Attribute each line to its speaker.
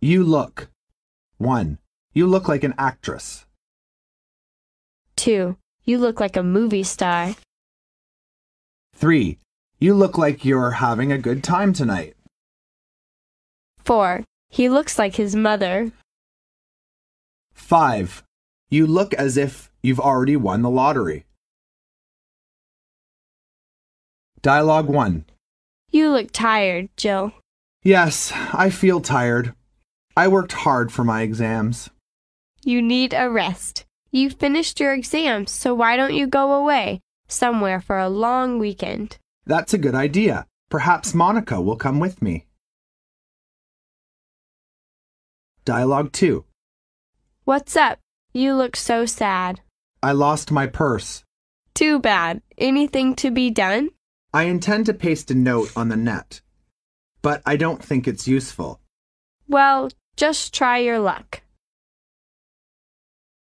Speaker 1: You look. 1. You look like an actress.
Speaker 2: 2. You look like a movie star.
Speaker 1: 3. You look like you're having a good time tonight.
Speaker 2: 4. He looks like his mother.
Speaker 1: 5. You look as if you've already won the lottery. Dialogue 1.
Speaker 2: You look tired, Jill.
Speaker 1: Yes, I feel tired. I worked hard for my exams.
Speaker 2: You need a rest. You finished your exams, so why don't you go away somewhere for a long weekend?
Speaker 1: That's a good idea. Perhaps Monica will come with me. Dialogue 2.
Speaker 2: What's up? You look so sad.
Speaker 1: I lost my purse.
Speaker 2: Too bad. Anything to be done?
Speaker 1: I intend to paste a note on the net, but I don't think it's useful.
Speaker 2: Well, just try your luck.